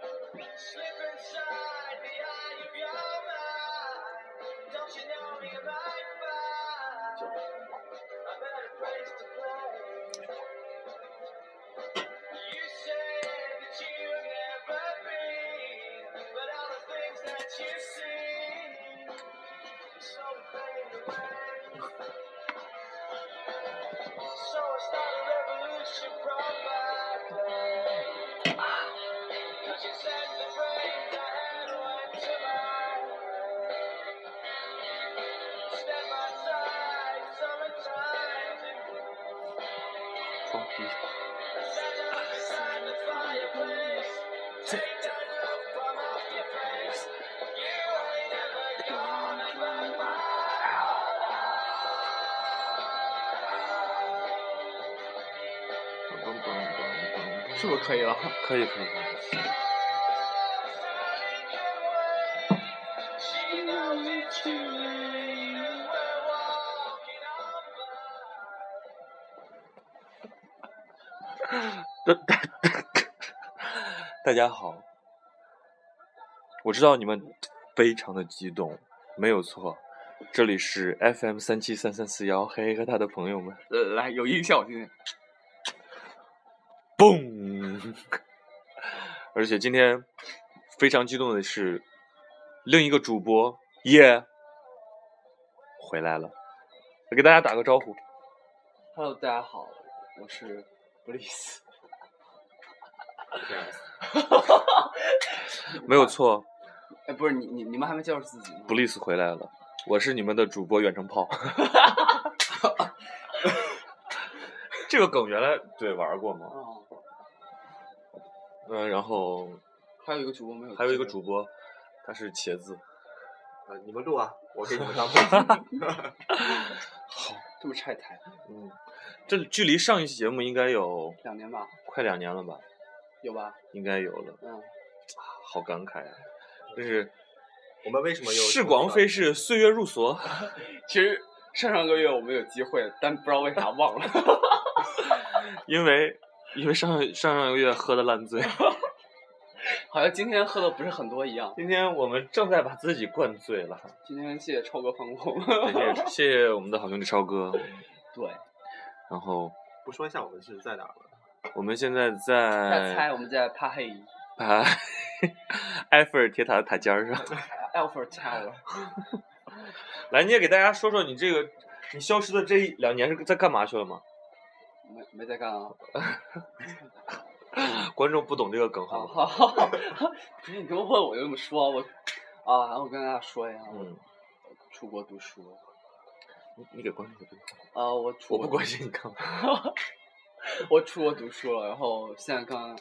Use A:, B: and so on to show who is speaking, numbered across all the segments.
A: Slip inside the eye of your mind. Don't you know you might find a better place to play? You said that you've never been, but all the things that you see, so fade away. So I start a revolution from my play. Cause you said the brains I had went to mine. Step outside, summertime's in bloom.
B: 装逼，
A: I sat down beside the fireplace. Take that look from off your face. You ain't never gonna break my
B: 咚咚咚咚咚，
C: 是不是可以了？
B: 可以可以可以，
A: She knows it's too late. We're walking on by.
B: 大大大家好，我知道你们非常的激动，没有错，这里是 FM 三七三三四幺，嘿嘿和他的朋友们，
C: 呃，来，有音效，我听听。
B: 嘣！ 而且今天非常激动的是，另一个主播也回来了，给大家打个招呼。
C: Hello，大家好，我是 Bliss。
B: 没有错
C: 哎，不是你你你们还没介绍自己吗？
B: ，Bliss 回来了，我是你们的主播远程 炮。这个梗原来 对玩过吗？
C: 哦，
B: 嗯、然后
C: 还有一个主播没有，
B: 还有一个主播，他是茄子，
D: 呃，你们录啊，我给你们当背景。
C: 这么拆台，
B: 嗯，这距离上一期节目应该有
C: 两年吧，
B: 快两年了吧？
C: 有吧？
B: 应该有了。
C: 嗯，
B: 好感慨啊！就是
D: 我们为什么又
B: 是广飞逝，岁月如梭。
C: 其实上上个月我们有机会，但不知道为啥忘了。
B: 因为因为上上上个月喝的烂醉，
C: 好像今天喝的不是很多一样。
B: 今天我们正在把自己灌醉了。
C: 今天谢谢超哥放空。
B: 谢谢谢谢我们的好兄弟超哥。
C: 对，
B: 然后
D: 不说一下我们是在哪儿吗？
B: 我们现在
C: 大家猜
B: 在
C: 我们在帕黑伊
B: 啊埃菲尔铁塔的塔尖儿上。
C: Alpha Tower。
B: 来，你也给大家说说你这个你消失的这一两年是在干嘛去了吗？
C: 没没在干啊？
B: 观众不懂这个梗好
C: 好
B: 不好？
C: 哦好好， 不是你跟我问我就这么说，我啊，然后我跟大家说一下，我
B: 嗯，
C: 出国读书，
B: 你你给观众说
C: 啊，我 出
B: 我
C: 国
B: 不关心你干嘛。
C: 我出国读书了，然后现在刚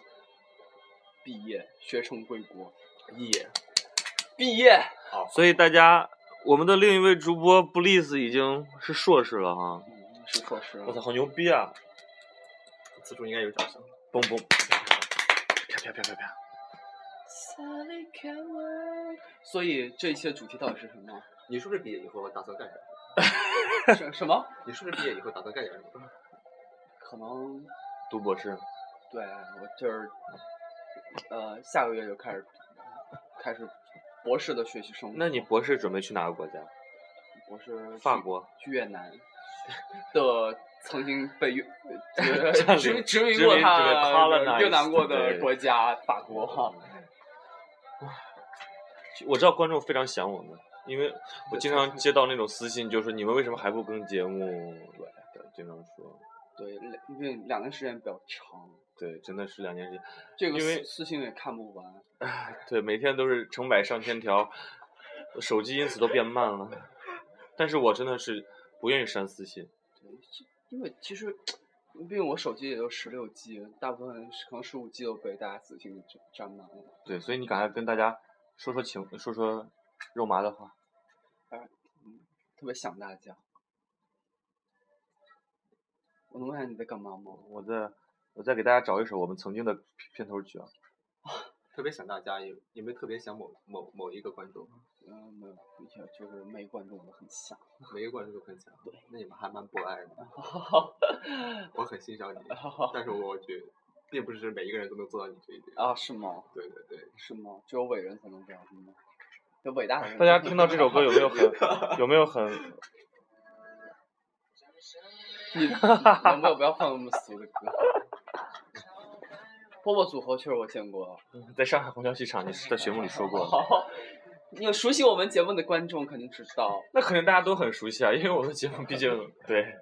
C: 毕业，学成归国。
D: 夜，
C: 毕业，
D: 哦
B: 所以大家，我们的另一位主播 Bliss 已经是硕士了哈。
C: 嗯，是硕士。
B: 我操，好牛逼啊！
D: 此处应该有掌声。
B: 嘣嘣，
D: 啪啪啪啪啪！
C: 所以这一期的主题到底是什 么？
D: 你是不是毕业以后打算干什么？
C: 什什么？
D: 你是不是毕业以后打算干点什么？
C: 可能
B: 读博士，
C: 对我就是，呃，下个月就开始开始博士的学习生活。
B: 那你博士准备去哪个国家？
C: 我是
B: 法
C: 去
B: 国
C: 去越南 的曾经被 越
B: 占
C: 呃殖
B: 领
C: 殖民
B: 殖
C: 过
B: 民
C: 他
B: 这个
C: 的
B: colonized，
C: 越南过
B: 对嗯
C: 的国家法国哈。
B: 我知道观众非常想我们，因为我经常接到那种私信，就说你们为什么还不更节目？对，经常说，
C: 对，两因为两个时间比较长，
B: 对，真的是两件事。
C: 这个
B: 因为
C: 私私信也看不完。
B: 对，每天都是成百上千条，手机因此都变慢了。但是我真的是不愿意删私信，
C: 对，其因为其实，毕竟我手机也就十六 G，大部分是可能十五 G 都被大家私信给占满了。
B: 对，所以你赶快跟大家说说情，说说肉麻的话。
C: 特别想大家。我能问下你在干嘛吗？
B: 我再我再给大家找一首我们曾经的片头曲啊，
D: 特别想大家有有没有特别想某某某一个观众？
C: 嗯，没有，一下就是每观众我都很 想。
D: 每一个观众都很想。对，那你们还蛮博爱的，我很欣赏你们。但是我觉得并不是每一个人都能做到你这一点。
C: 啊，是吗？
D: 对对对，
C: 是吗？只有伟人才能这样，是吗？有伟大的人。
B: 大家听到这首歌有没有很有没有很
C: 你 能不能不要放那么俗的歌？波波组合确实我见过，
B: 在上海虹桥机场？你是在节目里说过，
C: 好，有熟悉我们节目的观众肯定知道，
B: 那肯定大家都很熟悉啊，因为我们节目毕竟对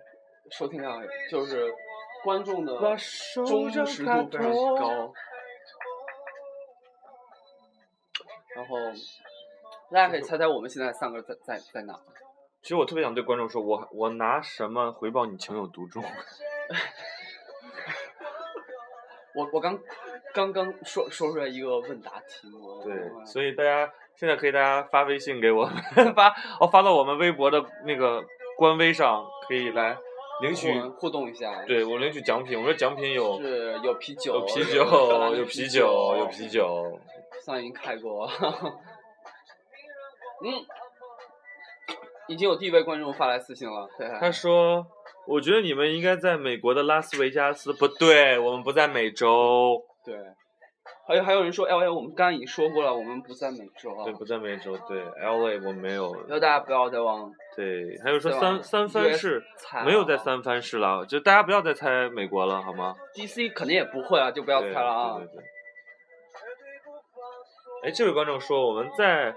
C: 收听量就是观众的
B: 把手
C: 忠
B: 张
C: 实
B: 开
C: 度非常之
B: 头
C: 高。然后，大家可以猜猜我们现在三个在在在哪？
B: 其实我特别想对观众说，我我拿什么回报你情有独钟？
C: 我我刚刚刚说说出来一个问答题目，
B: 对，
C: 以
B: 所以大家现在可以大家发微信给我们发哦，发到我们微博的那个官微上，可以来领取。
C: 互动一下，，
B: 对我领取奖品，我说奖品有
C: 是哦有啤酒，
B: 有啤
C: 荷兰
B: 酒，
C: 的
B: 有
C: 啤
B: 啤酒，有啤
C: 酒。哦
B: 酒。
C: 上已经开过， 嗯，已经有第一位观众发来私信了，对，
B: 他说：“我觉得你们应该在美国的拉斯维加斯，不对，我们不在美洲，
C: 对，还有还有人说 L A，我们刚刚已经说过了，我们不在美洲啊
B: 对，，不在美洲，对，L A 我没有，
C: 要大家不要再往
B: 对。”还有说
C: 再
B: 三
C: 往
B: 三藩
C: US
B: 市
C: 猜了
B: 没有在
C: 啊
B: 三藩市了，就大家不要再猜美国了，好吗？
C: D C 肯定也不会啊，就不要猜
B: 对
C: 了啊
B: 对，对对。哎，这位观众说我们在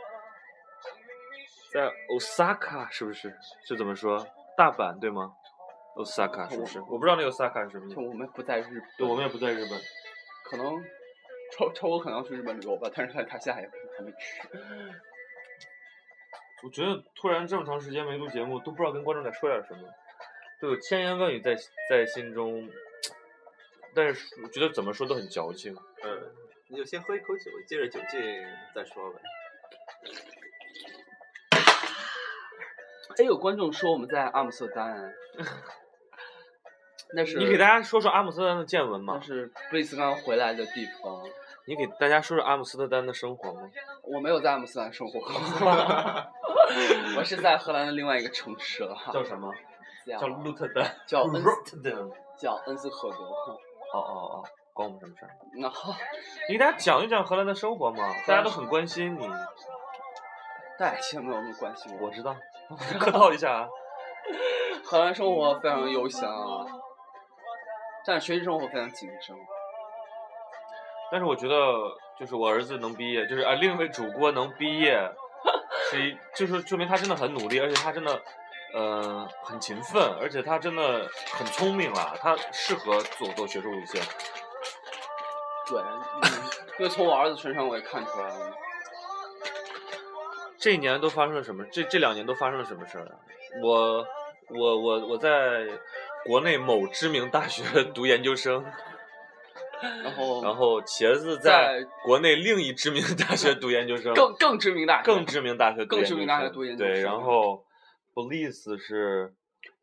B: 在 Osaka 是不是？是怎么说？大阪对吗？Osaka 是不是？我不知道那个 Osaka 是什么意
C: 就
B: 思。
C: 我们不在日本，
B: 对，我们也不在日本。
C: 可能超超我可能要去日本旅游吧，但是他他现在还还没去，
B: 我觉得突然这么长时间没录节目，都不知道跟观众在说点什么，都有千言万语在在心中，但是我觉得怎么说都很矫情。
D: 嗯，你就先喝一口酒，借着酒劲再说吧。
C: 哎，有观众说我们在阿姆斯特丹哎，那是
B: 你给大家说说阿姆斯特丹的见闻
C: 那
B: 嘛？
C: 是贝斯刚回来的地方。
B: 你给大家说说阿姆斯特丹的生活吗？
C: 我没有在阿姆斯特丹生活过， 我是在荷兰的另外一个城市了，
B: 叫什么？
C: 叫
B: 叫鹿特丹。
C: 叫恩斯
B: 特丹。哦
C: 叫恩斯赫德。
B: 哦哦，关我们什么事儿？
C: 然后
B: 你给大家讲一讲荷兰的生活嘛，大家都很关心你。
C: 大家其实没有那么关心
B: 我
C: 我。
B: 知道，客套一下啊。
C: 荷兰生活非常悠闲啊，但是学习生活非常紧张。
B: 但是我觉得，就是我儿子能毕业，就是啊，另一位主播能毕业，是一就是说明他真的很努力，而且他真的，呃，很勤奋，而且他真的很聪明啦，他适合走走学术路线。
C: 对，嗯因为从我儿子身上我也看出来了，
B: 这一年都发生了什么？这这两年都发生了什么事儿啊？我我我我在国内某知名大学 读研究生，
C: 然后
B: 然后茄子
C: 在
B: 哦在国内另一知名大 学读研究生，
C: 更更知名的
B: 更知名大学读
C: 更知
B: 研
C: 名
B: 究
C: 大学
B: 生
C: 读研究
B: 对，
C: 生
B: 然后 Police 是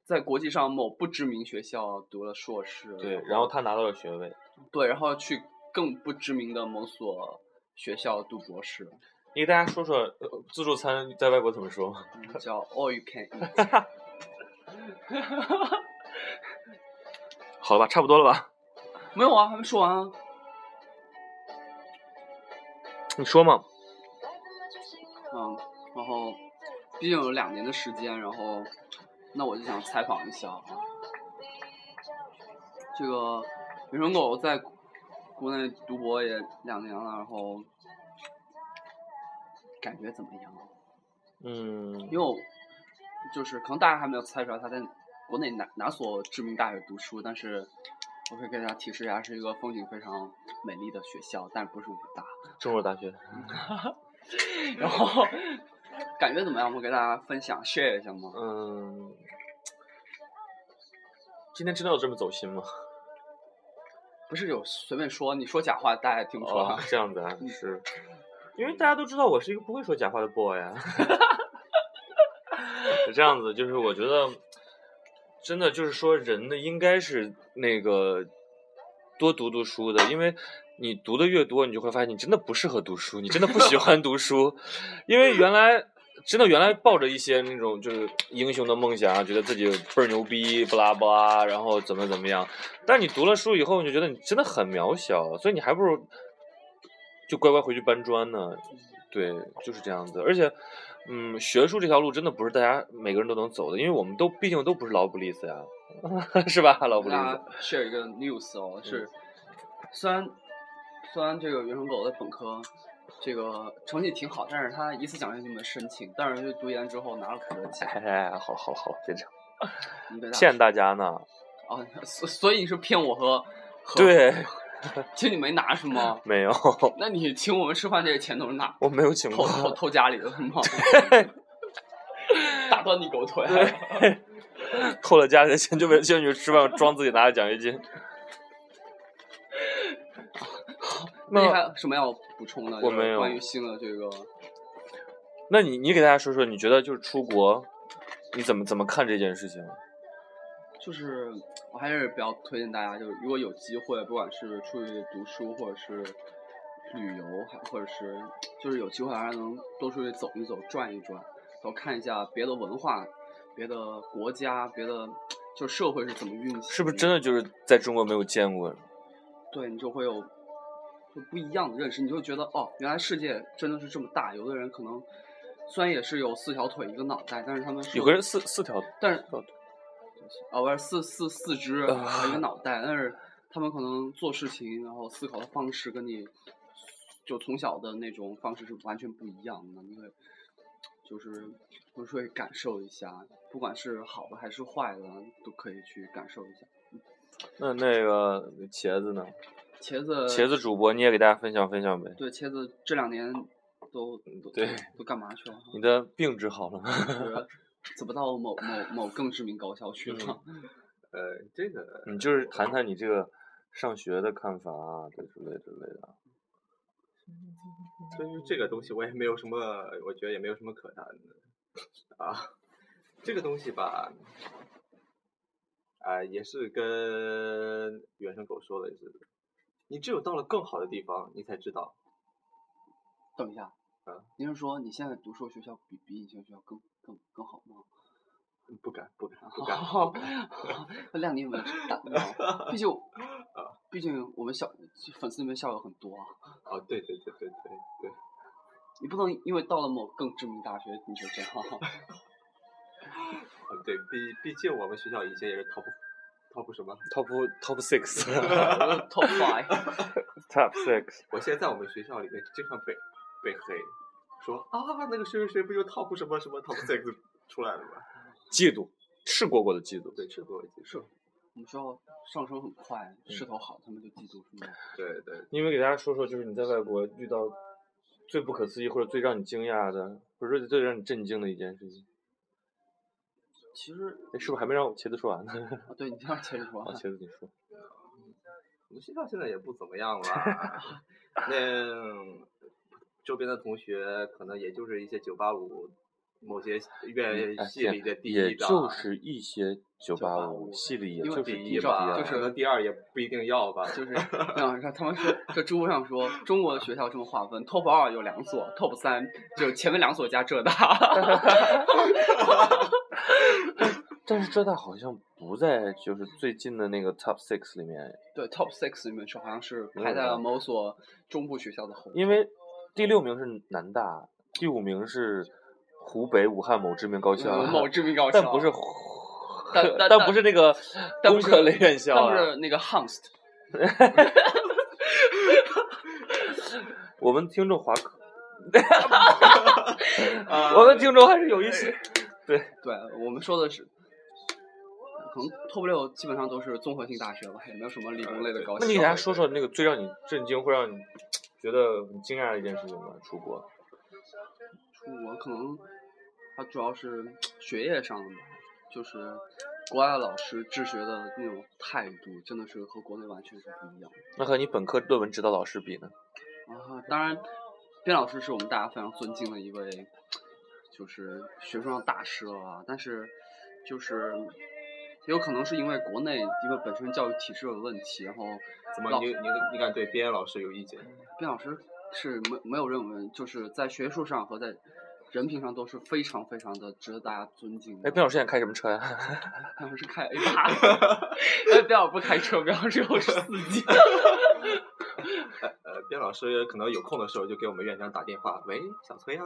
C: 在国际上某不知名学校读了硕士，
B: 对，然后他拿到了学位。
C: 对，然后去更不知名的某所学校读博士，
B: 你给大家说说呃自助餐在外国怎么说吗？
C: 嗯叫 All You Can Eat。
B: 好了吧，差不多了吧？
C: 没有啊，还没说完啊。
B: 你说嘛？
C: 嗯，然后毕竟有两年的时间，然后那我就想采访一下啊。这个原生狗在国内读博也两年了，然后感觉怎么样？啊
B: 嗯
C: 因为我就是可能大家还没有猜出来他在国内哪哪所知名大学读书，但是我可以给大家提示一下，是一个风景非常美丽的学校，但不是武大。
B: 中国大学。
C: 然后感觉怎么样？我给大家分享 share 一下吗？
B: 嗯，今天真的有这么走心吗？
C: 不是有随便说，你说假话大家也听不 出来。
B: 哦，这样子啊，是，因为大家都知道我是一个不会说假话的 boy 啊。 是这样子，就是我觉得，真的就是说，人呢应该是那个多读读书的，因为你读的越多，你就会发现你真的不适合读书，你真的不喜欢读书，因为原来真的原来抱着一些那种就是英雄的梦想，啊觉得自己倍儿牛逼，不拉不拉，然后怎么怎么样。但是你读了书以后，你就觉得你真的很渺小，啊所以你还不如就乖乖回去搬砖呢。对，就是这样子。而且，嗯，学术这条路真的不是大家每个人都能走的，因为我们都毕竟都不是劳布利斯呀， 是吧？劳布
C: 跟
B: 利
C: 大
B: 斯
C: 家 share 一个 news 哦，
B: 嗯
C: 是虽然虽然这个原生狗的本科这个成绩挺好，但是他一次奖学金没申请，但是就读研之后拿了可多钱，
B: 哎，好了好了好了，别这样，
C: 一个大
B: 骗大家呢。
C: 啊，所所以你是骗我和和，
B: 对，
C: 其实你没拿是吗？
B: 没有，
C: 那你请我们吃饭这个钱都是拿
B: 我没有请
C: 偷
B: 过。
C: 偷偷家里的是吗？ 大断你狗腿！
B: 扣了家里的钱就为了请你吃饭，装自己拿了奖学金。
C: 那 你
B: 那
C: 还有什么要补充的？
B: 我
C: 就是
B: 没有
C: 关于新的这个，
B: 那你你给大家说说，你觉得就是出国，你怎么怎么看这件事情？
C: 就是我还是比较推荐大家，就是如果有机会，不管是出去读书，或者是旅游，还或者是就是有机会还是能多出去走一走、转一转，然后看一下别的文化、别的国家、别的就社会是怎么运行，
B: 是不是真的就是在中国没有见过？
C: 对你就会有就不一样的认识，你就会觉得哦，原来世界真的是这么大。有的人可能虽然也是有四条腿一个脑袋，但是他们说
B: 有个人四四条，
C: 但是
B: 四条
C: 啊，不是四四四肢
B: 啊
C: 和一个脑袋，但是他们可能做事情然后思考的方式跟你就从小的那种方式是完全不一样的，你会就是就是会感受一下，不管是好的还是坏的，都可以去感受一下。
B: 那那个茄子呢？
C: 茄子
B: 茄子主播你也给大家分享分享呗。
C: 对茄子这两年都都
B: 对
C: 都干嘛去 了？
B: 你的病治好了吗？
C: 就是怎么到某某某更知名高校去了？
D: 呃，这个
B: 你就是谈谈你这个上学的看法啊，这之类之类的。
D: 对于这个东西，我也没有什么，我觉得也没有什么可谈的啊。这个东西吧，啊、也是跟原生狗说的，就是你只有到了更好的地方，你才知道。
C: 等一下
D: 啊，
C: 您是说你现在读书的学校比比以前学校更更更好吗？
D: 嗯不敢，不敢，不敢。
C: 好，亮你有没有 大脑？毕竟我，
D: 嗯
C: 毕竟我们校粉丝里面校友很多啊，
D: 哦，对对对对对对。
C: 你不能因为到了某更知名大学你就这 样。
D: 啊，对，毕毕竟我们学校以前也是 top top 什么
B: Top Top Six
C: top five，
B: Top Six，
D: 我现在在我们学校里面经常被被黑，说啊那个谁谁谁不就 top 什么什么 top six 出来了吗？
B: 嫉妒，赤果果的嫉妒。
D: 对，这个我已经
C: 是我们学校上升很快，势头好，他们就嫉妒是吗？
D: 对对，
B: 因为给大家说说，就是你在外国遇到最不可思议或者最让你惊讶的，或者说最让你震惊的一件事情。
C: 其实
B: 哎，是不是还没让我茄子说完呢？
C: 啊，对你这样接着说
B: 啊，，茄子你说。
D: 我们学校现在也不怎么样啦，那周边的同学可能也就是一些九八五。某些院
B: 哎
D: 系里的第
B: 也
D: 一吧，
B: 就是一些九八五
D: 985
B: 系里，也
C: 因为
B: 就是
D: 第
B: 一
D: 一吧，
B: 啊
C: 就是
D: 可能第二也不一定要吧。
C: 就是让让他们说，这知乎上说中国的学校这么划分，top 二有两所，top 三就前面两所加浙大。
B: 但是浙大好像不在就是最近的那个 top six 里面，
C: 对，top six 里面是好像是排在了某所中部学校的后面。
B: 因为第六名是南大，第五名是湖北武汉某知名高校，
C: 嗯某知名高校，
B: 但不是湖，
C: 但但
B: 但不是那个
C: 但
B: 工
C: 不是
B: 科类院校
C: 但不
B: 啊。
C: 是那个 Hunst，
B: 我们听众华科，我们听众还是有一些。
C: 啊对我们说的是，可能 top 六基本上都是综合性大学吧，也没有什么理工类的高校。
B: 那你给大家说说那个最让你震惊或让你觉得很惊讶的一件事情吧？出国，
C: 我可能它主要是学业上的吧，就是国外的老师治学的那种态度，真的是和国内完全是不一样的
B: 那和你本科论文指导老师比呢？
C: 啊。当然，边老师是我们大家非常尊敬的一位，就是学术上大师了啊。但是，就是也有可能是因为国内因为本身教育体制有问题，然后
D: 怎么
C: 老
D: 你你你敢对编老师有意见？
C: 卞老师是没没有认为，就是在学术上和在人品上都是非常非常的值得大家尊敬的。
B: 哎，边老师现在开什么车呀？
C: 当时开 A 八，哎，边老师不开车，边老师又是司 机。
D: 呃，边老师可能有空的时候就给我们院长打电话，喂，小崔啊，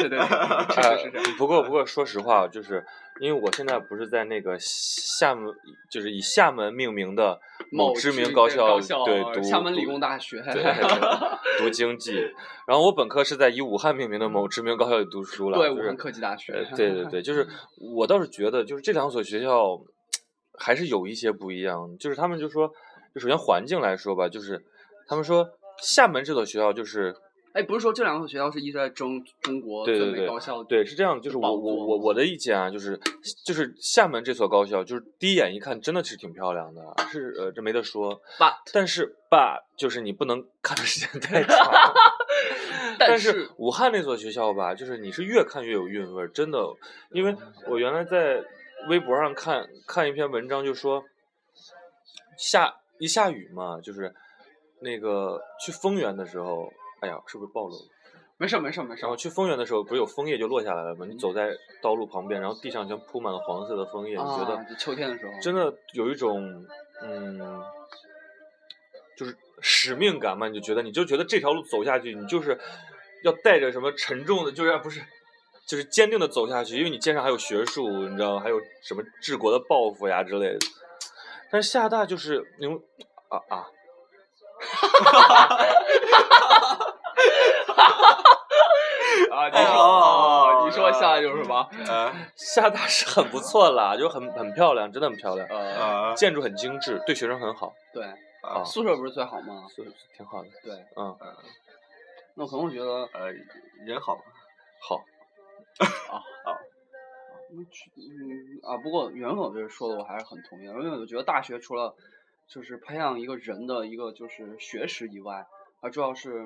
C: 对对对，
B: 呃
C: 是是是 是。
B: 不过不过，说实话，就是因为我现在不是在那个厦门，就是以厦门命名的某知名
C: 高
B: 校
C: 校哦呃
B: 对读
C: 厦门理
B: 读
C: 工大学。
B: 对 读经济，然后我本科是在以武汉命名的某知名高校里读书了，
C: 对，
B: 就
C: 武
B: 是
C: 汉科技大学
B: 呃，。 对对对，就是我倒是觉得，就是这两所学校还是有一些不一样。就是他们就说，就首先环境来说吧，就是他们说厦门这所学校就是
C: 哎，不是说这两所学校是一直在争中国
B: 对
C: 最
B: 对
C: 美
B: 对
C: 高校？
B: 对是这样，就是
C: 宝
B: 我我
C: 座
B: 我我的意见啊，就是就是厦门这所高校，就是第一眼一看真的是挺漂亮的，是呃这没得说。
C: But。
B: 但是吧，就是你不能看的时间太长但
C: 但
B: 是
C: 是
B: 武汉那所学校吧，就是你是越看越有韵味儿，真的。因为我原来在微博上看看一篇文章，就说下一下雨嘛，就是那个去丰原的时候，哎呀，是不是暴露了？
C: 没事儿没事儿没事
B: 然
C: 儿
B: 后。去丰原的时候，不是有枫叶就落下来了吗？你走在道路旁边，然后地上全铺满了黄色的枫叶，你觉得
C: 啊，就秋天的时候，
B: 真的有一种嗯，就是使命感嘛，你就觉得你就觉得这条路走下去，你就是要带着什么沉重的，就是啊不是。就是坚定的走下去，因为你肩上还有学术，你知道吗？还有什么治国的抱负呀之类的。但是厦大就是那种啊啊，
C: 啊，你
D: 哦
C: 说哦，你说下来就是什么？
B: 啊哦
D: 呃
B: 厦大是很不错啦，就很很漂亮，真的很漂亮，
C: 呃，
D: 呃，
B: 建筑很精致，对学生很好。
C: 对，
D: 啊
C: 宿舍不是最好吗？
B: 所以挺好的。
C: 对，
B: 嗯，
C: 那我可能会觉得，
D: 呃，人好，
B: 好，
C: 嗯嗯啊，不过袁总这说的我还是很同意的，因为我觉得大学除了就是培养一个人的一个就是学识以外，啊，主要是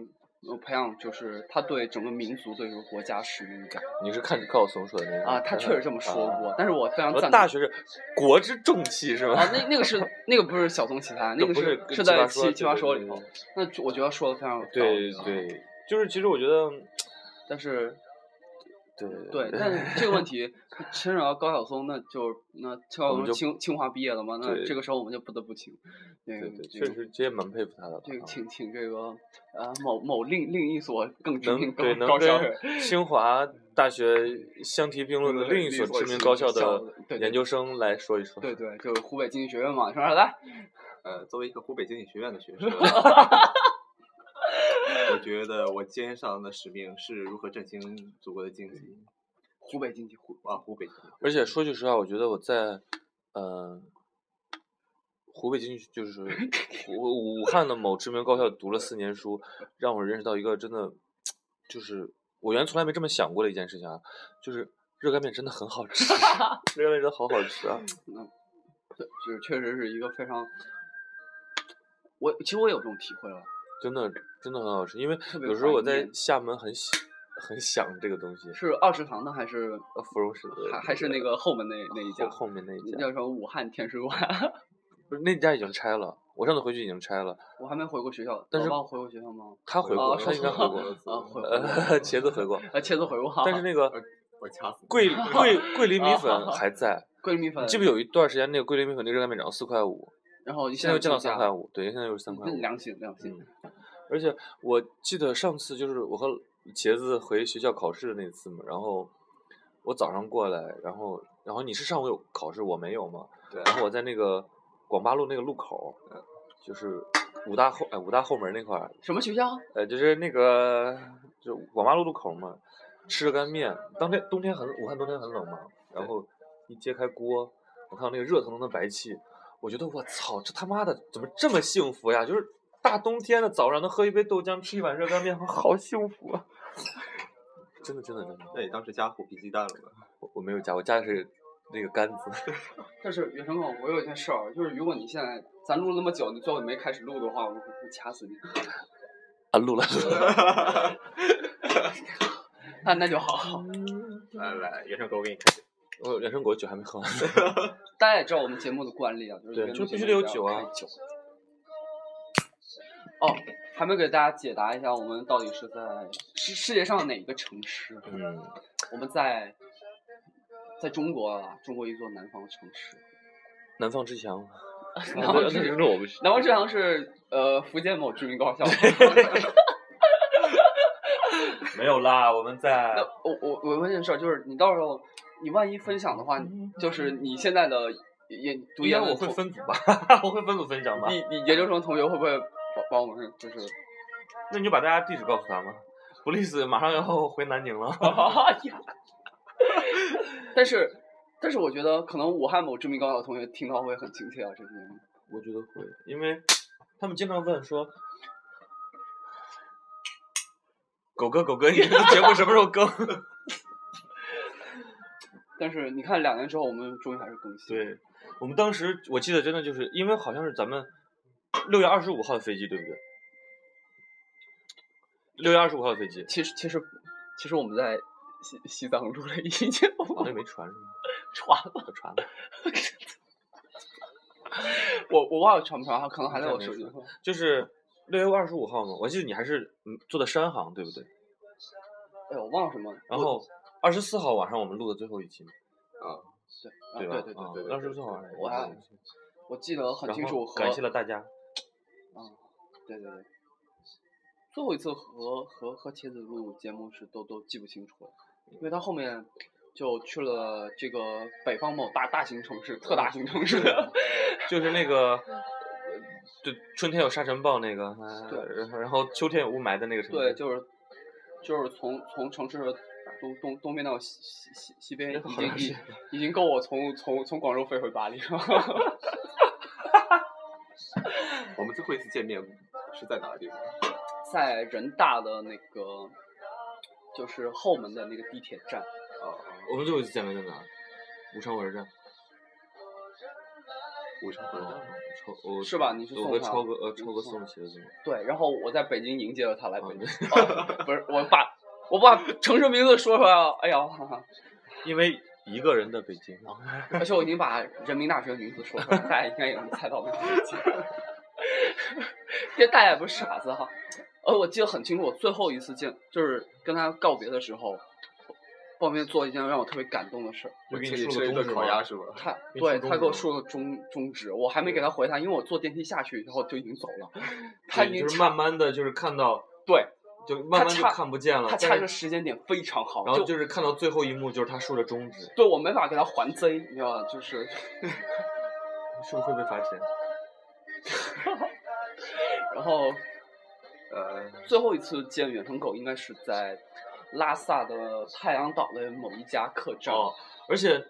C: 呃培养就是他对整个民族、对这个国家使命感
B: 你是看高晓松说的那个
C: 啊，他确实这么说过，但是我非常
B: 我
C: 赞同。
B: 大学是国之重器是吧？
C: 啊，那那个是那个不是小松 奇谈，
B: 这
C: 那个
B: 不
C: 是
B: 跟
C: 是
B: 奇葩
C: 在奇奇葩说里头。。那我觉得说的非常有道
B: 对
C: 理
B: 对
C: 啊。
B: 对对对，就是其实我觉得，
C: 但是
B: 对
C: 对，但是这 个问题牵扯到高晓松，那就是那高
B: 我
C: 晓
B: 们
C: 松
B: 就
C: 清清华毕业了嘛，那
B: 对
C: 这个时候我们就不得不请那个
B: 对对，
C: 这
B: 确
C: 个
B: 实，这也蛮佩服他的了
C: 这个
B: 啊。
C: 请请这个呃某某另另一所更知
B: 能
C: 名高
B: 对能
C: 高校的嗯
B: 跟清华大学相提并论的另一所知名高校的研究生来说一说，
C: 对对，就是湖北经济学院嘛，是吧？来，
D: 呃，作为一个湖北经济学院的学生，我觉得我肩上的使命是如何振兴祖国的经济
C: 湖北经济湖
D: 啊，湖北经济
B: 而且说句实话，我觉得我在，呃，湖北经济就是武武汉的某知名高校读了四年书，让我认识到一个真的，就是我原来从来没这么想过的一件事情啊，就是热干面真的很好吃， 热干面真的好好吃
C: 嗯
B: 啊！
C: 对，就是确实是一个非常，我其实我有这种体会了，
B: 真的真的很好吃，因为
C: 特别
B: 有时候
C: 怀
B: 我在
C: 念
B: 厦门很喜很想这个东西，
C: 是二食堂的还是
B: 呃芙蓉是
C: 还还是那个后门那那一家
B: 后？后面那一
C: 叫
B: 家，
C: 什么武汉天水馆？
B: 不是那家已经拆了，我上次回去已经拆了，
C: 我还没回过学校，
B: 但
C: 老
B: 是
C: 爸回过学校吗？
B: 他回
C: 哦
B: 过，他
C: 上
B: 应该
C: 次
B: 回过
C: 啊
B: 了。
C: 回过
B: 呃，茄子回过，
C: 啊，茄子回过，
B: 但是那个
D: 我掐死你
B: 桂桂桂林米粉还在。
C: 桂林米粉，
B: 记不有一段时间那个桂林米粉那个热干面涨到四块五，
C: 然后
B: 现在又降到三块
C: 五，
B: 五，对，现在又是三块
C: 那
B: 五。
C: 良心良心。
B: 嗯，而且我记得上次就是我和茄子回学校考试的那次嘛，然后我早上过来，然后然后你是上午有考试，我没有嘛，
D: 对，
B: 然后我在那个广八路那个路口，就是武大后哎武大后门那块儿，
C: 什么学校？
B: 呃，就是那个就广八路路口嘛，吃热干面。当天冬天很，武汉冬天很冷嘛，然后一揭开锅，我看到那个热腾腾的白气，我觉得我操，这他妈的怎么这么幸福呀？就是大冬天的早上能喝一杯豆浆，吃一碗热干面，我好幸福啊！ 真的真的真的，
D: 那你当时加虎皮鸡蛋了吗？
B: 我我没有加，我加的是那个杆子。
C: 但是袁成功，我有一件事儿，就是如果你现在咱录了那么久，你最后没开始录的话，我会掐死你。
B: 啊，录了 录了。
C: 那那就
B: 嗯
C: 好。
D: 来来，袁成给我给你开酒。
B: 我人参果酒还没喝完。
C: 大家也知道我们节目的惯例啊，就是
B: 对
C: 原
B: 就
C: 录节
B: 必须
C: 目
B: 得有
C: 不要
B: 酒啊
C: 开酒哦，还没给大家解答一下，我们到底是在世世界上哪一个城市？
B: 嗯，
C: 我们在在中国啊，中国一座南方城市。
B: 南方之强，
C: 南方
B: 那
C: 之
B: 那那我不去。
C: 南方之强是呃福建某知名高校。
B: 没有啦，我们在
C: 那我我我问件事儿，就是你到时候你万一分享的话，你就是你现在的研读
B: 读研
C: 研
B: 我
C: 的
B: 会
C: 同
B: 分组吧， 我会分组分享吧。
C: 你你研究生同学会不会帮帮我们 就是？
B: 那你就把大家地址告诉他们。布利斯马上要回南宁了，
C: 但是但是我觉得可能武汉某知名高校的同学听到会很亲切啊，这些。
B: 我觉得会，因为他们经常问说，狗哥狗哥，你这个节目什么时候更？
C: 但是你看，两年之后我们终于还是更 新。，
B: 对，我们当时我记得真的就是因为好像是咱们六月二十五号的飞机，对不对？六月二十五号的飞机，
C: 其实其实其实我们在西西藏录了一期节
B: 好
C: 目，
B: 像没传是吗？
C: 传了，
B: 我传了，
C: 我我忘了传不传，可能还在我手机
B: 应该没
C: 上。
B: 就是六月二十五号嘛。我记得你还是嗯坐的山航，对不对？
C: 哎，我忘了什么。
B: 然后二十四号晚上我们录的最后一期嘛，
D: 啊，
C: 啊
B: 对
C: 对
B: 吧？
C: 对
B: 啊
C: 对，
D: 对对
B: 二十四号晚上
C: 我
B: 们
C: 还
B: 录的最后一期
C: 我记得很
B: 然
C: 清
B: 后
C: 楚。我和
B: 感谢了大家。
C: 嗯，对对对，最后一次和和和茄子录节目是都都记不清楚了，因为他后面就去了这个北方某大大型城市、特大型城市，
B: 嗯就是那个，对，春天有沙尘暴那个，呃
C: 对
B: 然后然后秋天有雾霾的那个城
C: 对，
B: 市，
C: 就是就是从从城市的东东东边到西西西西边，
B: 那个
C: 已
B: 好
C: 经
B: 长时
C: 已
B: 间
C: 已经够我从从从广州飞回巴黎了。
D: 我们最后一次见面是在哪个地方？
C: 在人大的那个就是后门的那个地铁站，
D: 啊，
B: 我们最后一次见面在哪儿？武昌火车站。
D: 武
B: 哦
D: 昌火车站吗。
B: 超我
C: 是吧你是
B: 我
C: 送
B: 和
C: 他
B: 超哥呃超
C: 你
B: 哥
C: 送
B: 送起的对吗？
C: 对，然后我在北京迎接了他来
B: 啊
C: 北京。哦
B: 对
C: 不是，我把我把城市名字说出来了，哎呀，
B: 因为一个人的北京，
C: 啊而且我已经把人民大学的名字说出来，大家应该也能猜到我是谁。因为大家也不是傻子哈。呃，我记得很清楚，我最后一次见就是跟他告别的时候，报名做了一件让我特别感动的事儿。
B: 就
D: 我
B: 给
D: 请
B: 你竖
D: 你吃
B: 了个
D: 了一顿
B: 中指
D: 烤
B: 吗
D: 鸭是吧？
C: 他
B: 你
C: 对
B: 竖中
C: 他给我
B: 指
C: 竖了中中指，我还没给他回他，因为我坐电梯下去以后就已经走了。他
B: 对
C: 已经
B: 就是慢慢的就是看到，
C: 对
B: 就慢慢就
C: 差
B: 看不见了，
C: 他
B: 啊但
C: 掐这个
B: 是
C: 时间点非常好，
B: 然后就是看到最后一幕就是他竖着中指，
C: 对我没法给他还贼，你知道吗？就是。
B: 是不是会被罚钱？
C: 然后
D: 呃，
C: 最后一次见远程狗应该是在拉萨的太阳岛的某一家客栈。
B: 哦，而且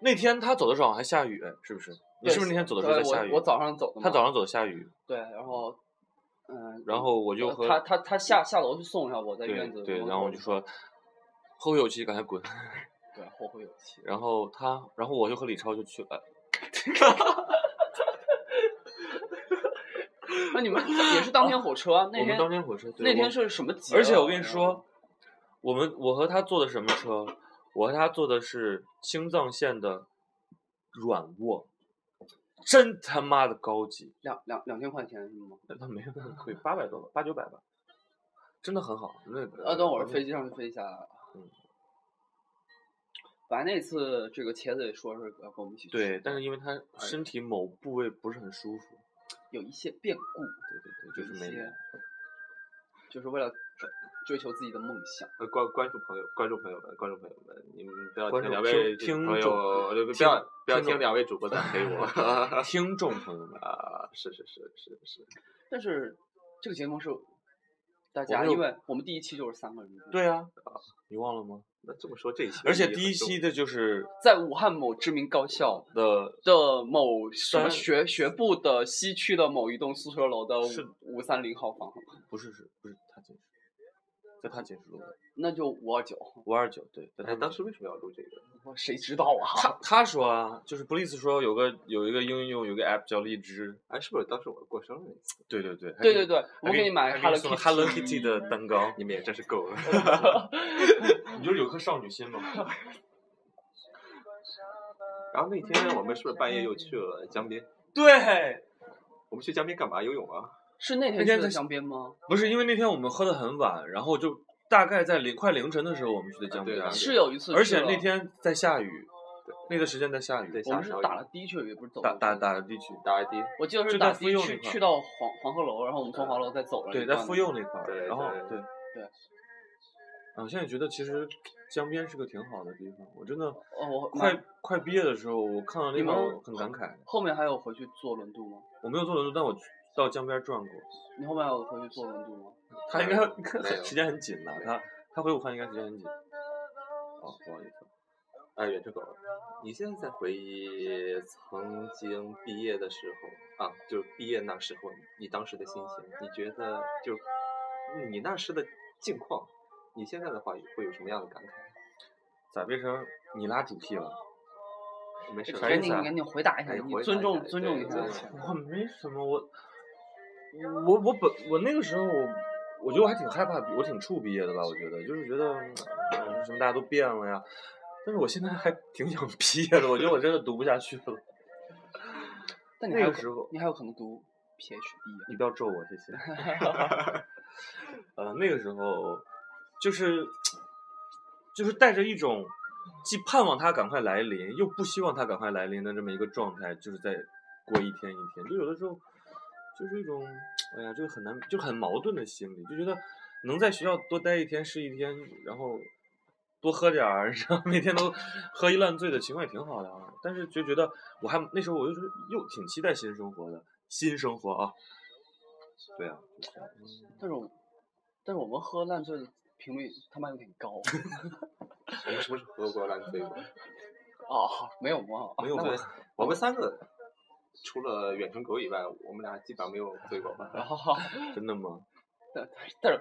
B: 那天他走的时候好像还下雨，是不是？你
C: 对
B: 是不是那天走的时候在
C: 对
B: 下雨？
C: 我我早上走的嘛。
B: 他早上走下雨，
C: 对，然后嗯，
B: 然后我就
C: 呃
B: 和
C: 他他他下下楼去送一下我在
B: 对
C: 院子
B: 对，
C: 门
B: 然后
C: 口
B: 我就说后会有期，赶快滚。
C: 对后会有期。
B: 然后他，然后我就和李超就去了。
C: 那你们也是当天火车啊？那
B: 哦我们
C: 天
B: 当天火车，对
C: 那
B: 我
C: 天是什么节啊？
B: 而且我跟你
C: 然后
B: 说，我们我和他坐的什么车？我和他坐的是青藏线的软卧，真他妈的高级。
C: 两两两千块钱是吗？
B: 那没有那么贵，八百多吧，八九百吧，真的很好。那个
C: 啊，等会儿
B: 那
C: 飞机上就飞下来了。
B: 嗯。
C: 反正那次这个茄子也说是呃要跟我们一起去，
B: 对，但是因为他身体某部位不是很舒服，
C: 有一些变故。
B: 对对对，就是
C: 有一
B: 没
C: 些
B: 来。
C: 就是为了追追求自己的梦想。
D: 呃观观众朋友，观众朋友们，观众朋友们，你们不要
B: 观
D: 听
B: 众
D: 两位
B: 听听
D: 朋
B: 众
D: 友，呃
B: 听
D: 不要不要
B: 听众
D: 听两位主播在黑我 啊！
B: 听众朋友们，
D: 是是是是是，
C: 但是这个节目是大
B: 我
C: 家，
B: 们有
C: 因为我们第一期就是三个人，，
B: 对啊，你忘了吗？
D: 那这么说这一期，
B: 而且第一期的就是
C: 在武汉某知名高校
B: 的
C: 的某什么
B: 三
C: 学学部的西区的某一栋宿舍楼的
B: 是
C: 五三零号房，
B: 不是是不是他解释，在他解释录的
C: 那就五二九，
B: 五二九对，在他
D: 哎，
B: 们
D: 当时为什么要录这个？
C: 我谁知道啊？
B: 他他说啊，就是 Bliss 说有个有一个应用有个 app 叫荔枝，
D: 哎，是不是当时我过生日那次？
B: 对对对，还
C: 对
B: 给
C: 对对，我
B: 还
C: 给
B: 给
C: 你买
B: 还给
C: Hello
B: 送了
C: Kitty
B: Hello Kitty 的蛋糕，
D: 你们也真是够了。
B: 嗯你就是有颗少女心嘛。
D: 然后那天我们是不是半夜又去了江边？
B: 对，
D: 我们去江边干嘛？游泳啊？
C: 是那
B: 那
C: 天
B: 天
C: 去的
B: 在
C: 江边吗？
B: 不是因为那天我们喝的很晚，然后就大概在凌快凌晨的时候我们去的江
D: 对
B: 边
D: 的，
C: 是有一次去了，
B: 而且那天在下雨，那段时间在下雨
D: 对，
C: 我们是
D: 下小雨
C: 打了的确也不是走
B: 打
C: 路
B: 打
C: 去的
B: 打的地区，
D: 打 ID，
C: 我记得是
B: 就
C: 打
B: 在妇
C: 的
B: 幼
C: 去
B: 那块儿
C: 去到黄黄鹤楼，然后我们从黄鹤楼再走了一
B: 对，
C: 段
B: 在
C: 路。
B: 妇幼那块儿，
D: 对
B: 然后
D: 对
B: 对
C: 对
B: 啊，现在觉得其实江边是个挺好的地方，我真的
C: 哦，我
B: 快
C: 妈
B: 快毕业的时候，我看到那
C: 你
B: 块儿
C: 们
B: 我很感慨，
C: 后面还有回去坐轮渡吗？
B: 我没有坐轮渡，但我去到江边转过，
C: 你后面还有回去坐轮渡吗？
B: 他应该 应该
D: 没有
B: 时间很紧的，他他回武汉应该时间很紧，哦，不好意思，
D: 哎，远志狗，你现在在回忆曾经毕业的时候啊，就毕业那时候，你当时的心情，你觉得就你那时的境况，你现在的话会有什么样的感慨？
B: 咋变成你拉主题了？
D: 没事，
B: 啥意
C: 赶
B: 思
C: 紧
B: 啊
C: 赶紧回答一下，
D: 哎
C: 你
D: 回答
C: 尊
D: 一
C: 重
D: 下
C: 尊重一
D: 对
C: 下
D: 对。
B: 我没什么，我我我本我那个时候我我觉得我还挺害怕，我挺怵毕业的吧，我觉得就是觉得、嗯什么大家都变了呀，但是我现在还挺想毕业的，我觉得我真的读不下去了。
C: 但你
B: 那
C: 还有
B: 个
C: 可
B: 时候
C: 你还有可能读 PhD 啊
B: 你不要咒我，谢谢。呃，那个时候就是就是带着一种既盼望它赶快来临，又不希望它赶快来临的这么一个状态，就是在过一天一天。就有的时候就是一种，哎呀，就是很难，就很矛盾的心理，就觉得能在学校多待一天是一天，然后多喝点儿， 然后每天都喝一烂醉的情况也挺好的啊。但是就觉得我还那时候我就是又挺期待新生活的，新生活啊，对啊，就是这样
C: 但是我但是我们喝烂醉的频率他妈有点高
D: 我们什么时候喝过烂醉过？
C: 哦，没有 吗？
B: 没有
D: 那
B: 吧
D: 我我们三个除了远程狗以外，我们俩基本上没有醉过吧？
C: 然后
B: 真的吗？
C: 但但是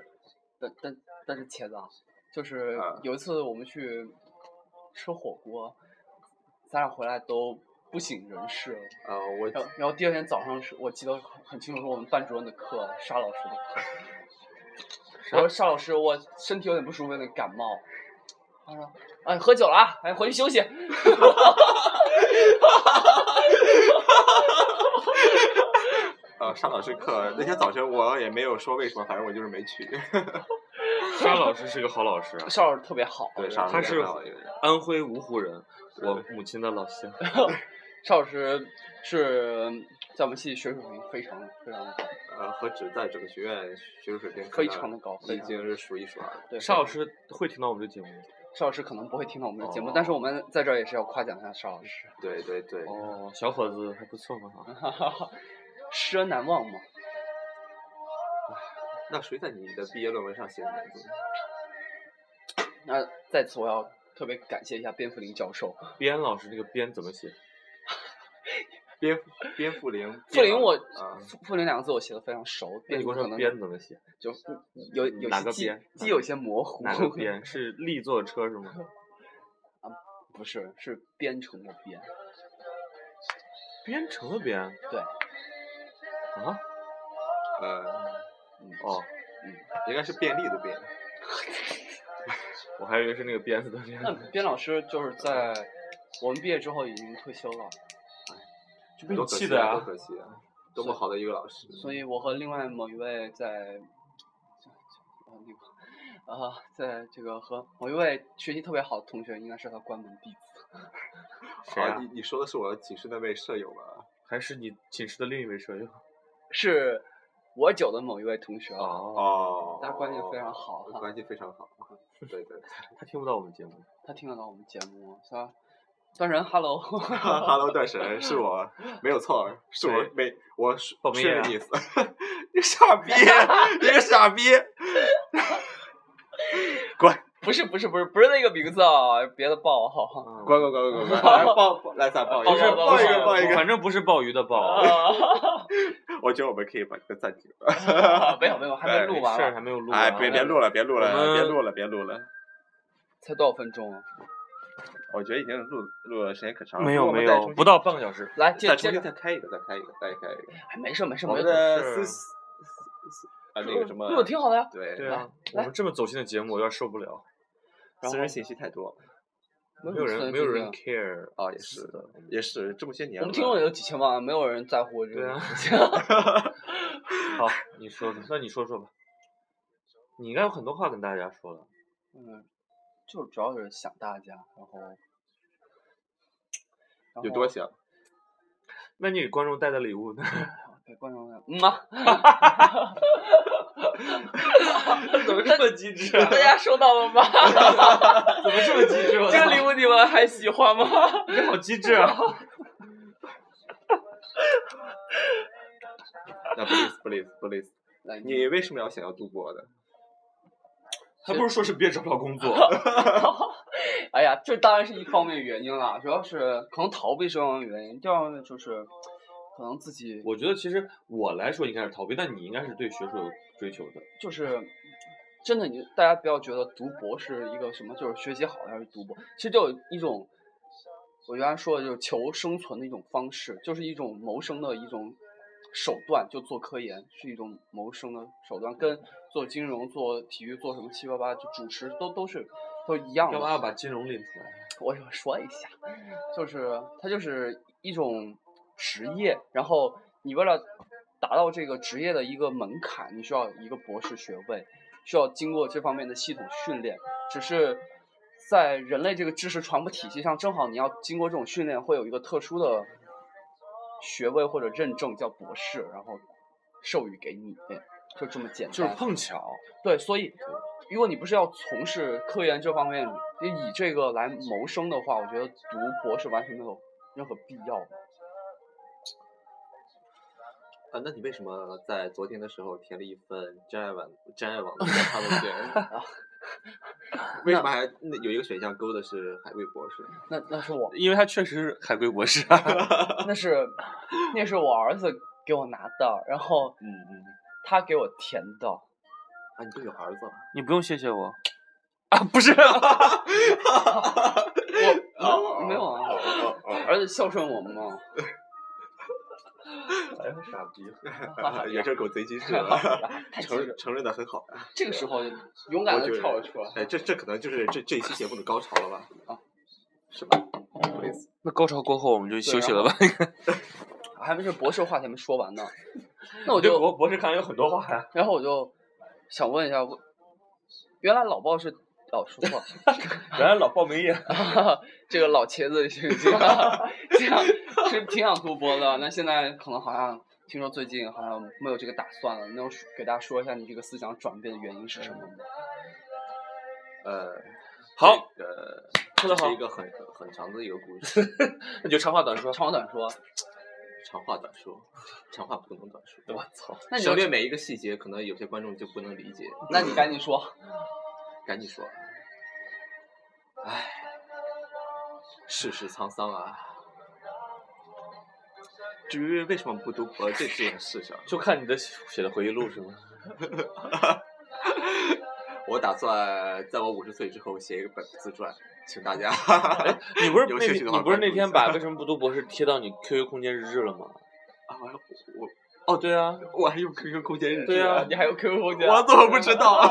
C: 但但但是茄子啊，就是
D: 啊
C: 有一次我们去吃火锅，咱俩回来都不省人事了。
D: 呃，我
C: 然后然后第二天早上是我记得很清楚，是我们班主任的课，沙老师的 课。我说沙老师，我身体有点不舒服，有点感冒。他说：“哎，喝酒了啊，哎，回去休息。
D: 呃上老师课那天早晨我也没有说为什么，反正我就是没去。
B: 沙老师是个好老师啊”
C: 沙老师特别好，
D: 对，
C: 沙
D: 上
B: 他是
D: 老师也
B: 安徽芜湖人，我母亲的老乡。
C: 老师是在我们系学术水平非常非常高，
D: 呃，何止在整个学院学术水平
C: 非常的高非
D: 已
C: 常
D: 经是数一数二了。
C: 对，
B: 沙老师会听到我们这节目吗？
C: 邵老师可能不会听到我们的节目，但是我们在这儿也是要夸奖一下邵老师，
D: 对对对，
B: 哦，小伙子还不错嘛啊。
C: 师恩难忘嘛。
D: 那谁在你的毕业论文上写的名字？
C: 那在此我要特别感谢一下边福林教授，
B: 边老师那个边怎么写？
D: 边边富林，
C: 富林我
D: 啊，
C: 富富林两个字我写的非常熟，
B: 那
C: 边
B: 你给
C: 福
B: 我
C: 可
B: 说
C: 能
B: 边怎么写？
C: 就有有
B: 哪
C: 些
B: 个
C: 既
B: 边
C: 既有些模糊，
B: 哪个边？是力坐的车是吗？
C: 不是是编程的编，
B: 编程的编
C: 对，
B: 啊？
D: 呃，
C: 嗯
B: 哦，
D: 应该是便利的便。
B: 我还以为是那个鞭子的鞭。
C: 那边老师就是在我们毕业之后已经退休了，
B: 就被你
D: 多可
B: 气
D: 惜
B: 的
D: 啊！
B: 呀
D: 多！可惜啊！多么好的一个老师，
C: 所以我和另外某一位在，啊那个啊，在这个和某一位学习特别好的同学，应该是他关门弟子，
B: 谁
D: 啊
B: 啊？
D: 你你说的是我寝室那位舍友吧？
B: 还是你寝室的另一位舍友？
C: 是我九的某一位同学啊，
B: 哦，
D: 哦，
C: 大家关系非常好哈
D: 关系非常好。对对
B: 他听不到我们节目。
C: 他听得到我们节目吗，是吧？端人，hello，
D: ，Hello，段神是我，没有错，是我
B: 谁
D: 没我是
B: 报名
D: 确
B: 呀
D: 认你死， 你傻逼，你个傻逼，滚
C: 不是不是不是不是那个名字啊，别的报 号。
B: 嗯
D: 滚滚滚滚滚，来报报来咱啊报一
B: 不是
D: 个，
C: 报
D: 报一个
C: 报
D: 报一个，
B: 反正不是鲍鱼的鲍，
D: 我觉得我们可以把这个暂停了。
C: 啊，没有没有，还没
D: 哎
C: 录
B: 没
C: 完啊
B: 事儿
C: 了，
B: 还没有录完。啊
D: 哎，别别录了，别录了，
B: 我
D: 别
B: 们
D: 录了，别录了。
C: 才多少分钟啊？
D: 我觉得已经录录了时间可长了，
B: 没
D: 不
B: 有
D: 过我
B: 没
D: 们再
B: 有
D: 重，新
B: 不到半个小时。
C: 来
D: 再
C: 接
D: 重
C: 接着，
D: 新再开一个，再开一个，再开一个。
C: 哎没事没事
D: 我
C: 没
D: 们
C: 事，
D: 的
B: 是
D: 思思思啊那个什么，
C: 录的挺好的呀。
D: 对
B: 对
C: 来
B: 啊，我们这么走心的节目，我有点受不了。
C: 然
D: 私
C: 后
D: 人信息太多了。
B: 没有人没有人 care
D: 哦，也是
B: 的。
D: 也是这么些年
B: 啊
C: 我啊
D: 了。
C: 们听众有几千万，没有人在乎这
B: 对
C: 个
B: 啊
C: 事情。
B: 好，你说说，那你说说吧。你应该有很多话跟大家说了。
C: 嗯，就主要是想大家，然后然
D: 有
C: 后
D: 多想？
B: 那你给观众带的礼物 呢？
C: 给观众的嗯 啊，
B: 怎么这么机智啊？
A: 大家收到了 吗？
B: 怎么这么机智？我
A: 这个
B: 操
A: 礼物你们还喜欢 吗？
B: 你这好机智 啊！
D: 那 please please please，
C: 来
D: 你为什么要想要读博的？
B: 还不如说是别找不着工作。
C: 哎呀，这当然是一方面原因啦，主要是可能逃避是一方面原因，第二方面就是可能自己
B: 我觉得其实我来说应该是逃避，但你应该是对学术有追求的。
C: 就是真的你，大家不要觉得读博是一个什么，就是学习好还是读博，其实就有一种我原来说的就是求生存的一种方式，就是一种谋生的一种手段，就做科研是一种谋生的手段，跟做金融、做体育、做什么七八八就主持都都是都一样的。
B: 干嘛要把金融拎出来？
C: 我有说一下，
B: 嗯
C: 就是它就是一种职业，然后你为了达到这个职业的一个门槛，你需要一个博士学位，需要经过这方面的系统训练。只是在人类这个知识传播体系上，正好你要经过这种训练，会有一个特殊的学位或者认证叫博士，然后授予给你，就这么简单。
B: 就是碰巧。
C: 对，所以如果你不是要从事科研这方面，你以这个来谋生的话，我觉得读博士完全没有任何必要。
D: 啊，那你为什么在昨天的时候填了一份真爱网真爱网的他们卷？啊为什么还那有一个选项勾的是海归博士？啊
C: 那那是我，
B: 因为他确实是海归博士、啊
C: 那是那是我儿子给我拿的，然后
D: 嗯嗯，
C: 他给我填的。
D: 啊，你都有儿子 了，
B: 你不用谢谢我 啊，不是，
C: 我没有没有啊，儿子孝顺我们嘛。
D: 哎呀，傻逼
C: 哈 哈，
D: 原生狗贼机智
C: 哈
D: 了
C: 哈， 哈太机
D: 承认
C: 智，
D: 承认的很好。
C: 这个时候就勇敢
D: 我
C: 的
D: 就
C: 跳了出来。
D: 哎，这这可能就是这这一期节目的高潮了吧？
C: 啊，
D: 是吧？
B: 那高潮过后我们就休息了吧？
C: 还没是博士话题没说完呢，那我
B: 我对
C: 就
B: 博博士看来有很多话呀、
C: 然后我就想问一下，我原来老鲍是哦说 错了。
B: 原来老报名也
C: 这个老茄子是这样，这样是挺想读博的，那现在可能好像听说最近好像没有这个打算了，能给大家说一下你这个思想转变的原因是什么吗？
D: 呃，
B: 好，
D: 这
B: 说得
D: 个这
B: 好
D: 是一个很很长的一个故事，
B: 那就长话短说。
C: 长话短说，
D: 长话短说，长话不能短说。
B: 我操，
C: 那你
D: 省
C: 就
D: 略每一个细节，可能有些观众就不能理解。
C: 那你赶紧说，
D: 赶紧说。啊唉，世事沧桑啊。至于为什么不读博这这件事上，
B: 就看你的写的回忆录是吗？
D: 我打算在我五十岁之后写一本自传，请大家。
B: 你不是
D: 有
B: 那天
D: 兴趣的
B: 你
D: 话
B: 不是
D: 关
B: 那
D: 注一
B: 天
D: 下
B: 把为什么不读博士贴到你 QQ 空间日志了吗？
D: 啊我
B: 哦，对啊
D: 我还用 QQ 空间日 志
B: 对啊
C: 你还有 QQ 空间，
D: 我怎么不知道？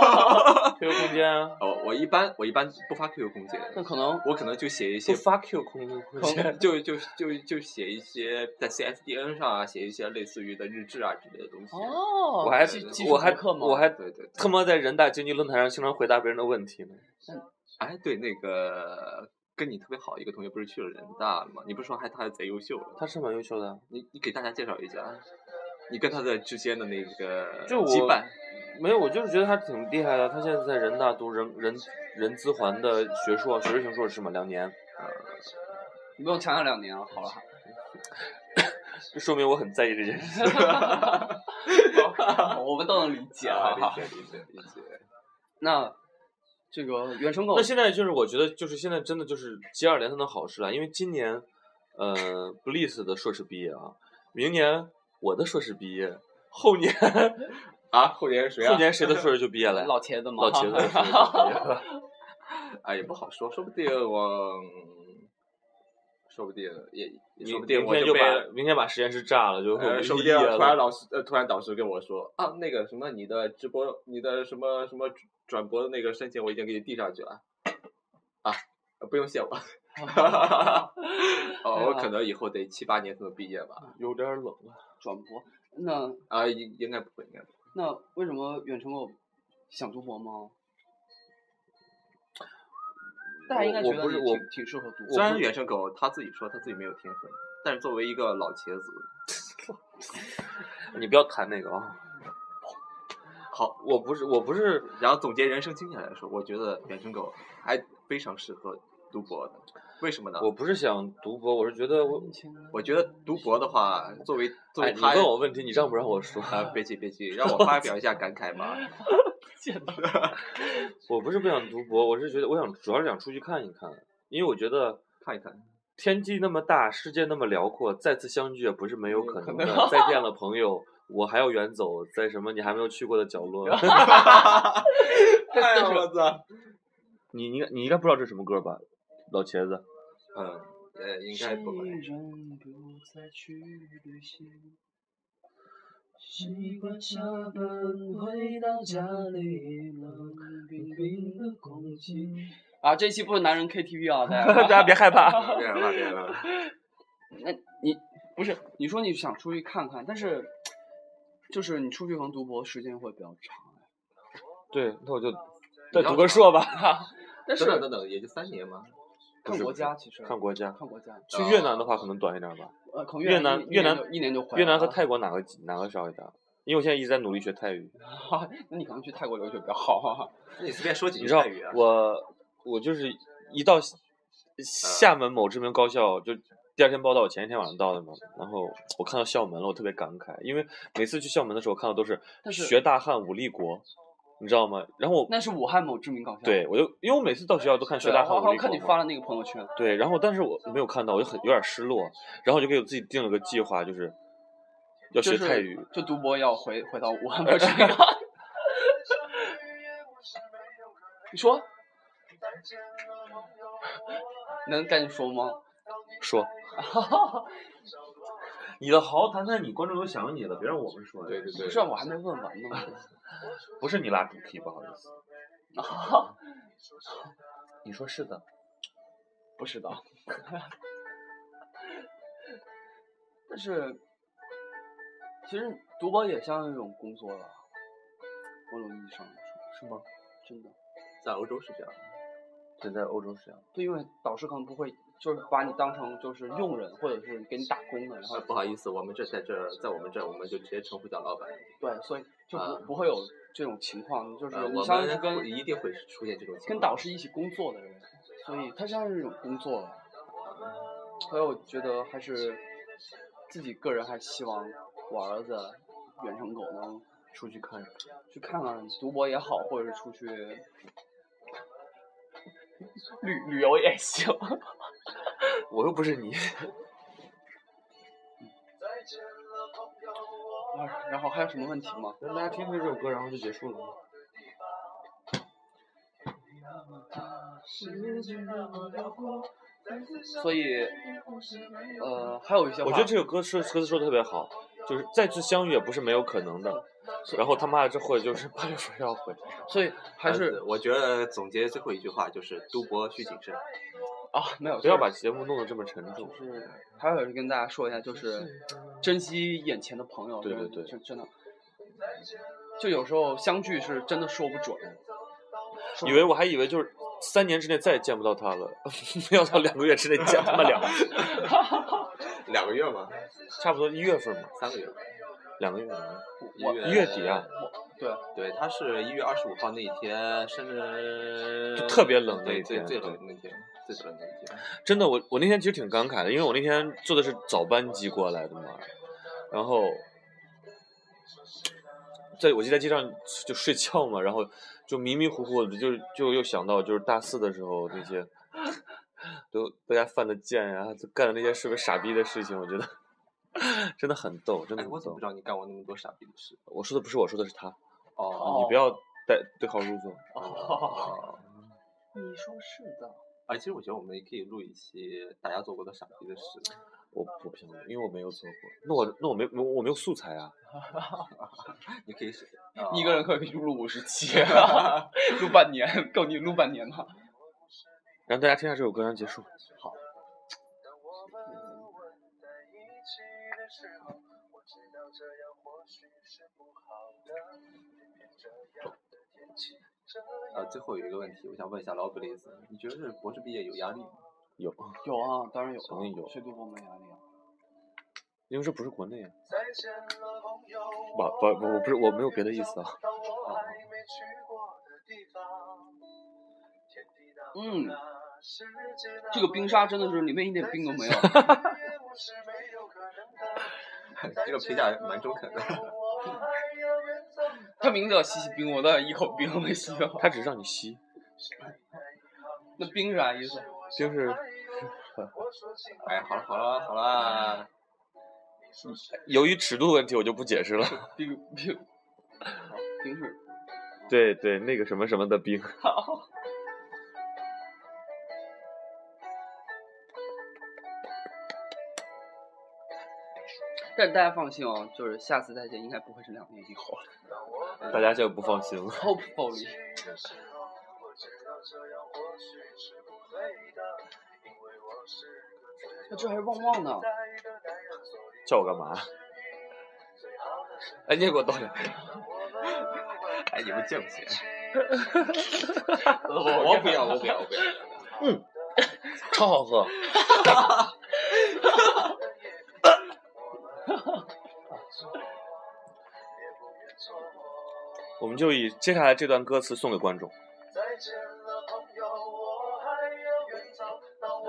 B: ，QQ 空间 啊，
D: 哦，我一般我一般不发 QQ 空 间，
C: 那可能
D: 我可能就写一
B: 不
D: 些，
B: 发 QQ 空空间。
D: 就就就就写一些在 CSDN 上啊，写一些类似于的日志啊之类的东西。
C: 哦，
B: 我还
C: 基基础
B: 我还
C: 课吗？
B: 我还
D: 对对，
B: 他妈在人大经济论坛上经常回答别人的问题呢。
D: 哎对，那个跟你特别好一个同学不是去了人大了吗？你不是说还他还贼优秀了？
B: 他是蛮优秀的啊，
D: 你你给大家介绍一下，你跟他的之间的那个
B: 就我
D: 羁绊。
B: 没有，我就是觉得他挺厉害的。啊他现在在人大读人人人资环的学硕，学士型硕士嘛，两年，
C: 你不用强调两年啊，好了，
B: 这说明我很在意这件事。
C: 我们都能理解了
D: 啊
C: 哈。
D: 理解理解理解。
C: 那这个原生狗
B: 那现在就是我觉得，就是现在真的就是接二连三的好事了，因为今年，呃，Bliss 的硕士毕业啊，明年我的硕士毕业，后年
D: 啊，后年是谁啊？
B: 后年谁的硕士就毕业了呀？
C: 老茄子嘛，
B: 老茄子的硕士就毕业 了。
D: 哎，也不好说，说不定我，嗯说不定也，
B: 明
D: 也说不
B: 明
D: 定我
B: 天
D: 就
B: 就
D: 被，
B: 把哎明天把实验室炸了，就
D: 呃，
B: 我
D: 说不
B: 毕
D: 定
B: 业
D: 突然
B: 了。
D: 老师，呃，突然导师跟我说啊，那个什么，你的直播，你的什么什么转播的那个申请，我已经给你递上去了，啊，不用谢我。
B: 哎
D: 哦，我可能以后得七八年才能毕业吧。
B: 有点冷了，
C: 转播。那
D: 啊，应应该不会，应该不会。
C: 那为什么远程狗想读博吗？大家应该
D: 我
C: 觉得
D: 不是
C: 你
D: 我
C: 挺挺适合读博的。
D: 虽然远程狗他自己说他自己没有天分，但是作为一个老茄子，
B: 你不要谈那个啊。好，我不是，我不是，
D: 然后总结人生经验来说，我觉得远程狗还非常适合读博的。为什么呢？
B: 我不是想读博，我是觉得我，
D: 我觉得读博的话，作为作
B: 哎，
D: 为
B: 你
D: 他
B: 问我问题，你让不让我 说？
D: 啊， 别急别急，让我发表一下感慨吧。
B: 我不是不想读博，我是觉得我想主要是想出去看一看，因为我觉得
D: 看 一看，
B: 天际那么大，世界那么辽阔，再次相聚也不是没有可能
C: 没有
B: 的。 再见了，朋友，我还要远走，在什么你还没有去过的角落。
D: 哎呀我操！
B: 你你你应该不知道这是什么歌吧，老茄子？
D: 嗯，呃，应该不会。
C: 谁人不再去旅行
A: 习惯下班回到家里，冷冰冰的空气。
C: 啊，这期不是男人 KTV 啊， 大
B: 大
C: 家。
B: 家别害怕。
D: 别了别了，
C: 那你不是你说你想出去看看，但是就是你出去可能读博时间会比较长。
B: 对，那 我就再读个硕吧。
C: 但是
D: 等等等等，也就三年嘛。
B: 不
C: 看
B: 是
C: 国
B: 不
C: 家其实
B: 看国家，
C: 看国家，
B: 去越南的话可能短一点吧。
C: 呃，可能
B: 越
C: 南
B: 南
C: 一
B: 越南
C: 一年就一年就回来
B: 越南和
C: 了
B: 泰国哪个哪个少一点？因为我现在一直在努力学泰语。
C: 那你可能去泰国留学比较好、 啊。
D: 那你随便说几
B: 你
D: 句
B: 知道
D: 泰语啊？
B: 我我就是一到厦厦
C: 嗯
B: 门某知名高校，就第二天报道，我前一天晚上到的嘛。然后我看到校门了，我特别感慨，因为每次去校门的时候，我看到都是
C: 但是
B: 学大汉武立国，你知道吗？然后我
C: 那是武汉某知名高校。
B: 对我就因为我每次到学校都看
C: 对，
B: 学大汉
C: 我
B: 武
C: 我
B: 立国
C: 看你
B: 嘛
C: 发了那个朋友圈，
B: 对，然后但是我没有看到，我就很有点失落，然后我就给我自己定了个计划，就是要
C: 就
B: 学
C: 是
B: 泰语。
C: 就读博要回回到武汉某知 名高校。你说能赶紧说吗？
B: 说，你的好好谈谈你，观众都想你了，别让我们说
D: 对对对
C: 不是，我还没问完呢。
B: 不是你拉主题，不好意思。
C: 啊，
B: 你说是的，
C: 不知道。但是，其实读博也像一种工作了，某种意义上来说，
B: 是吗？
C: 真的。
D: 在欧洲是这样的。
B: 对，在欧洲是这样。
C: 对，因为导师可能不会，就是把你当成就是佣人，或者是给你打工的，然后
D: 啊，不好意思，我们这在这儿，在我们这儿，我们就直接称呼叫老板。
C: 对，所以就不、
D: 啊
C: 不会有这种情况，就是
D: 呃，
C: 你
D: 我
C: 相当于
D: 们
C: 是跟
D: 会一定会出现这种情况。
C: 跟导师一起工作的人，所以他相当于是一种工作了。所以我觉得还是自己个人还希望我儿子远程狗能
B: 出去看一看。
C: 去看看读博也好，或者是出去旅旅游 也行。
B: 我又不是你。
C: 啊然后还有什么问题吗？
B: 让大家听听这首歌，然后就结束了。
C: 所以，呃，还有一些
B: 我
C: 话
B: 觉得这首歌说歌词说的特别好，就是再次相遇也不是没有可能的。然后他妈的这会就是八月份要回。
C: 所以还
D: 呃
C: 是
D: 我觉得总结最后一句话就是读博需谨慎。
C: 啊，没有，
B: 不要把节目弄得这么沉重
C: 就。是还有跟大家说一下，就是珍惜眼前的朋友，
B: 对对
C: 真
B: 对
C: 真真的，就有时候相聚是真的说不准，
B: 以为我还以为就是三年之内再也见不到他了， 没想到两个月之内见他们俩，
D: 两个月吗？
B: 差不多一月份吧，
D: 三个月吧。
B: 两个月。
C: 我
D: 一
B: 一月底啊。
C: 对
D: 对，他是一月二十五号那一天，深圳
B: 就特别冷那
D: 对
B: 一天
D: 最
B: 对
D: 最冷那天，最冷那一天。
B: 真的，我我那天其实挺感慨的，因为我那天坐的是早班机过来的嘛，然后在我就在机上就睡觉嘛，然后就迷迷糊糊的，就就又想到就是大四的时候那些，都大家犯的贱呀、就干的那些是个傻逼的事情，我觉得 真的很逗，真的
D: 哎，
B: 很
D: 我怎
B: 逗
D: 么不知。道你干过那么多傻逼的事？
B: 我说的不是我说的是他，
D: 哦
B: 你
C: 哦
B: 不要带对号入座。
C: 哦，
D: 哦。
C: 你说是的，
D: 哎，其实我觉得我们也可以录一期大家做过的傻逼的事。
B: 我我不行，因为我没有做过。那我那我没我没有素材啊。
D: 你可以是呃
C: 你一个人可以录五十 期，录半年够你录半年吗？
B: 让大家听一下这首歌，然后结束。
A: 在一起的时候，我知道这样活
D: 呃，最后有一个问题，我想问一下老布里斯，你觉得博士毕业有压力吗？
B: 有，
C: 有啊，当然有、啊，
B: 肯定有
C: 谁对我们有压力啊？
B: 因为这不是国内啊。不不不，我不是我没有别的意思啊。
C: 嗯，这个冰沙真的是里面一点冰都没有。
D: 这个评价蛮中肯的。
C: 它名字叫吸吸冰，我倒一口冰都没吸到。
B: 他只是让你吸，
C: 那冰是啥意思？
B: 就是
D: 哎，好了嗯好了好了，
B: 由于尺度问题，我就不解释了。
C: 冰冰，好冰是
B: 对对，那个什么什么的冰。
C: 好。但是大家放心哦，就是下次再见应该不会是两年以后 了。
B: 大家现在不放心了。
C: Hopefully，那这还是旺旺呢，
B: 叫我干嘛？啊哎，你也给我倒点。
D: 哎，你们见 不见？我我不要我不要我不要，
B: 超好喝。我们就以接下来这段歌词送给观众。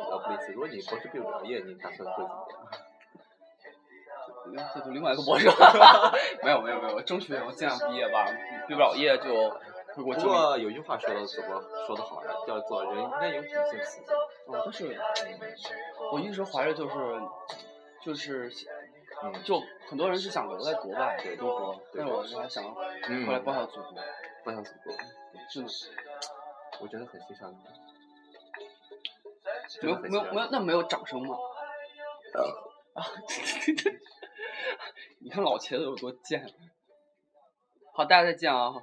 D: 老布里斯，如果你博士毕业不了业，你打算会怎么样？
C: 再读另外一个博士。 没有没有没有，我争取我尽量毕业吧，毕不了业就回国
D: 不
C: 就业。
D: 过有句话说的怎么说的好呀，叫做人应该有理性思维。
C: 嗯，但是我一直怀着就是就是
D: 嗯，
C: 就很多人是想留在国外
D: 对
C: 读博，
D: 对
C: 但是我就还想回
D: 嗯
C: 来报效祖国，
D: 不想祖国，
C: 真的。
D: 我真的很欣赏你。
C: 没
D: 真
C: 有
D: 的很
C: 没
D: 欣
C: 有
D: 赏
C: 没有，
D: 你
C: 那没有掌声吗？啊， 你看老茄子有多贱。好，大家再见啊！